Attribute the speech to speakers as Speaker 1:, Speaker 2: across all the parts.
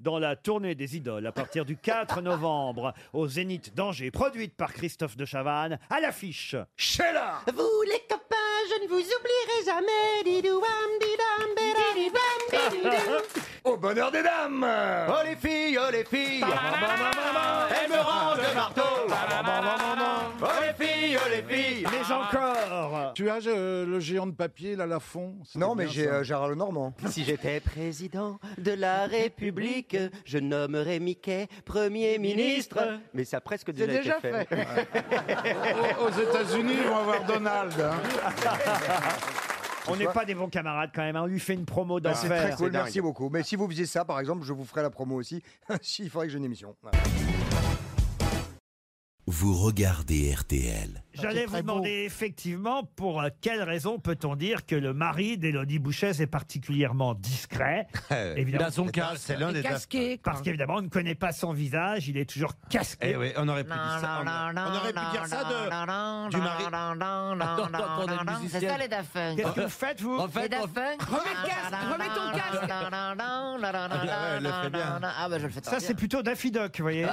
Speaker 1: dans la tournée des idoles à partir du 4 novembre au Zénith d'Angers, produite par Christophe de Chavannes, à l'affiche. Sheila
Speaker 2: Vous les copains, je ne vous oublierai jamais. Didouam, didam, bedam, didam, dididam.
Speaker 3: Au bonheur des dames
Speaker 4: Oh les filles, oh les filles Elles me rendent le marteau Oh les filles, oh les filles
Speaker 1: Mais encore
Speaker 5: Tu as euh, le géant de papier, là, la fond
Speaker 3: Non, mais j'ai euh, Gérard Lenormand.
Speaker 2: Si j'étais président de la République, je nommerais Mickey Premier ministre. Mais ça a presque déjà, été
Speaker 4: déjà fait.
Speaker 5: Aux États-Unis, ils vont avoir Donald. hein.
Speaker 1: On n'est pas des bons camarades quand même, hein. on lui fait une promo
Speaker 3: Ah, C'est très
Speaker 1: d'enfer.
Speaker 3: cool, merci beaucoup. Mais si vous faisiez ça, par exemple, je vous ferai la promo aussi. si, il faudrait que j'ai une émission. Voilà.
Speaker 6: Vous regardez RTL.
Speaker 1: J'allais vous demander effectivement pour euh, quelle raison peut-on dire que le mari d'Élodie Bouchès est particulièrement discret. évidemment,
Speaker 7: Dans son cas, c'est l'un des
Speaker 8: Casqué, quoi.
Speaker 1: parce qu'évidemment, on ne connaît pas son visage, il est toujours casqué.
Speaker 7: Eh oui, on aurait pu dire ça. On, on aurait pu dire ça de. du mari. Attends, attends, attends, des
Speaker 8: C'est
Speaker 7: musiciennes.
Speaker 8: ça les Daft Punk.
Speaker 1: Qu'est-ce que vous faites, vous
Speaker 7: En
Speaker 8: Les
Speaker 7: fait,
Speaker 8: Daft
Speaker 7: on-
Speaker 8: Punk.
Speaker 9: Remets le casque, remets ton casque.
Speaker 7: Ah bah elle le fait bien.
Speaker 8: Ah bah je le fais
Speaker 1: Ça,
Speaker 8: très
Speaker 1: c'est
Speaker 8: bien.
Speaker 1: plutôt Daffy Duck, vous voyez.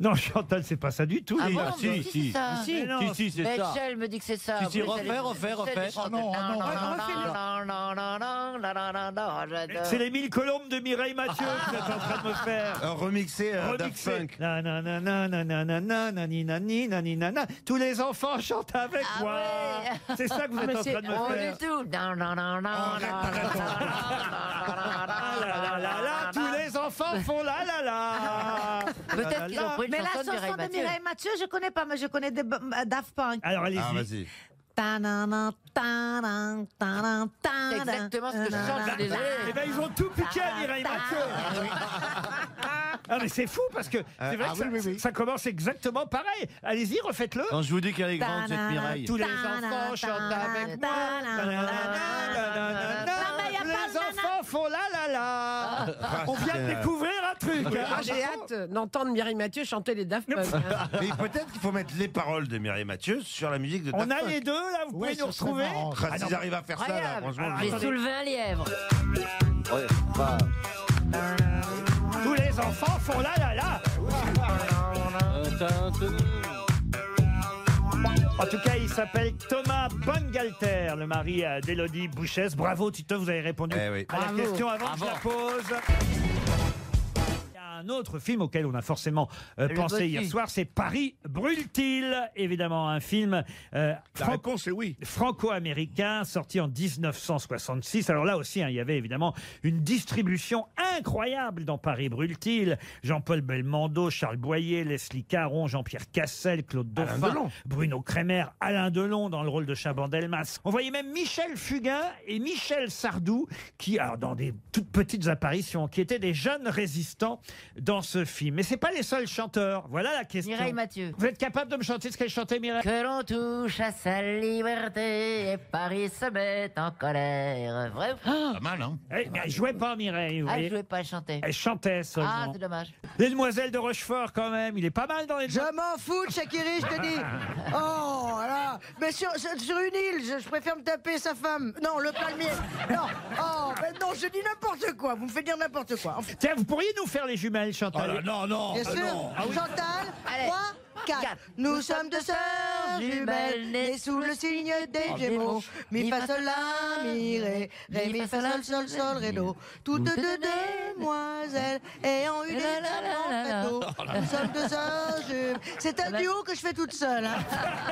Speaker 1: non, Chantal, c'est pas ça du tout.
Speaker 8: Ah
Speaker 7: Oui,
Speaker 8: bon,
Speaker 7: ah, si,
Speaker 8: mais
Speaker 7: si.
Speaker 8: c'est ça.
Speaker 1: Mais non,
Speaker 7: si, si, c'est ça.
Speaker 8: Michel me dit que c'est ça.
Speaker 7: Si, si,
Speaker 8: Vous,
Speaker 7: refais,
Speaker 8: c'est-
Speaker 7: refais,
Speaker 8: c'est-
Speaker 7: refais.
Speaker 8: c'est-
Speaker 7: Oh
Speaker 5: non,
Speaker 1: Ah
Speaker 5: oh non,
Speaker 1: c'est les mille colombes de Mireille Mathieu que vous êtes en train de me faire.
Speaker 7: Un remixé
Speaker 3: Ah,
Speaker 7: euh, Daft
Speaker 1: Remixer.
Speaker 7: Punk.
Speaker 1: Nanana, nanana, nanani, nani, nani, nana. Tous les enfants chantent avec
Speaker 8: Ah
Speaker 1: moi.
Speaker 8: ouais.
Speaker 1: C'est ça que vous
Speaker 8: Ah, Mais
Speaker 1: êtes en
Speaker 8: c'est
Speaker 1: train de
Speaker 8: bon
Speaker 1: me faire.
Speaker 8: du tout.
Speaker 1: Ah là là là là,
Speaker 8: ah,
Speaker 1: tous les enfants font la la la.
Speaker 8: Peut-être qu'ils ont pris une
Speaker 9: Mais la
Speaker 8: chanson de Mireille
Speaker 9: chanson de
Speaker 8: Mathieu.
Speaker 9: Mireille Mathieu, je connais pas, mais je connais des b- b- Daft Punk.
Speaker 1: Alors
Speaker 7: Ah,
Speaker 1: allez-y.
Speaker 7: vas-y.
Speaker 9: Tananan, tanan, tanan, tanan.
Speaker 8: C'est exactement ce que je chante, je suis désolé.
Speaker 1: Eh ben, ils ont tout piqué à Mireille
Speaker 8: bah,
Speaker 1: Mathieu.
Speaker 8: ah,
Speaker 1: Ah, mais c'est fou parce que c'est vrai
Speaker 5: ah
Speaker 1: que
Speaker 5: oui,
Speaker 1: ça,
Speaker 5: oui, oui.
Speaker 1: ça commence exactement pareil. Allez-y, refaites-le.
Speaker 7: Quand je vous dis qu'elle est grande, cette Mireille.
Speaker 1: Tous les
Speaker 9: Tanan,
Speaker 1: enfants chantent
Speaker 9: tanan,
Speaker 1: avec moi.
Speaker 9: tanan,
Speaker 1: Nanana, nanana,
Speaker 9: Non, mais y a pas
Speaker 1: Les
Speaker 9: de nanan.
Speaker 1: enfants font la la
Speaker 5: Ah.
Speaker 1: la. On vient de découvrir un truc. hein.
Speaker 10: Ah, J'ai hâte d'entendre Mireille Mathieu chanter les Daft Punk. hein.
Speaker 7: Mais peut-être qu'il faut mettre les paroles de Mireille Mathieu sur la musique de
Speaker 1: On
Speaker 7: Daft
Speaker 1: a
Speaker 7: Punk.
Speaker 1: les deux là, vous pouvez
Speaker 5: Ouais,
Speaker 1: nous
Speaker 5: ce serait
Speaker 1: retrouver.
Speaker 5: marrant.
Speaker 7: Ah,
Speaker 1: Ah, non,
Speaker 7: S'ils arrivent à faire ça, là,
Speaker 1: Incroyable.
Speaker 7: franchement.
Speaker 1: Alors,
Speaker 8: J'ai
Speaker 1: attendez.
Speaker 8: soulevé un lièvre.
Speaker 1: Tous les enfants font là là là En tout cas, il s'appelle Thomas Bongalter, le mari euh, d'Élodie Bouchesse. Bravo Tito, vous avez répondu
Speaker 7: Eh oui.
Speaker 1: à la
Speaker 10: Bravo.
Speaker 1: question avant que je la pose. Il y a Un autre film auquel on a forcément euh, pensé hier soir, c'est Paris brûle-t-il Évidemment, un film euh,
Speaker 7: La
Speaker 1: franco-
Speaker 7: réponse est oui.
Speaker 1: franco-américain sorti en 1966. Alors là aussi, hein, il y avait évidemment une distribution incroyable dans Paris brûle-t-il. Jean-Paul Belmondo, Charles Boyer, Leslie Caron, Jean-Pierre Cassel, Claude Dauphin, Bruno Kremer, Alain Delon dans le rôle de Chabandelmas. On voyait même Michel Fugain et Michel Sardou qui, alors dans des toutes petites apparitions, qui étaient des jeunes résistants dans ce film. Mais c'est pas les seuls chanteurs. Voilà la question.
Speaker 8: Mireille Mathieu.
Speaker 1: Vous êtes capable de me chanter ce qu'elle chantait, Mireille
Speaker 8: Que l'on touche à sa liberté et Paris se met en colère. Vrai ou faux
Speaker 7: Pas mal, hein
Speaker 1: Eh, mais elle jouait pas Mireille, vous
Speaker 8: Ah,
Speaker 1: voyez.
Speaker 8: je ne pas chanter.
Speaker 1: Elle chantait seulement.
Speaker 8: Ah, c'est dommage.
Speaker 1: les demoiselles de Rochefort quand même, il est pas mal dans les
Speaker 2: Je m'en fous de Shakiri, je te dis. Oh là, mais sur, sur- sur une île, je, je préfère me taper sa femme. Non, le palmier. Non, oh, mais non, je dis n'importe quoi. Vous me faites dire n'importe quoi. Enfin,
Speaker 1: Tiens, vous pourriez nous faire les jumelles
Speaker 7: Oh là,
Speaker 1: Chantal
Speaker 7: non, non
Speaker 2: bien
Speaker 7: ah
Speaker 2: sûr,
Speaker 7: non. Ah oui.
Speaker 2: Chantal,
Speaker 8: Allez.
Speaker 2: 3, 4.
Speaker 8: Quatre.
Speaker 2: Nous, sommes deux sœurs jumelles, nées sous le signe des
Speaker 8: Oh,
Speaker 2: Gémeaux.
Speaker 8: Gémeaux.
Speaker 2: Mi
Speaker 8: Mi
Speaker 2: fa
Speaker 8: fa
Speaker 2: sol la, mi ré, ré
Speaker 8: Mi
Speaker 2: mi
Speaker 8: fa
Speaker 2: fa
Speaker 8: sol,
Speaker 2: sol sol
Speaker 8: sol,
Speaker 2: sol ré do. Toutes
Speaker 8: Toutes
Speaker 2: deux
Speaker 8: deux
Speaker 2: demoiselles ayant eu
Speaker 8: La
Speaker 2: des
Speaker 8: la la la la.
Speaker 2: amants
Speaker 7: Oh
Speaker 2: fataux. Nous sommes deux sœurs jumelles. C'est un duo que je fais toute seule. hein.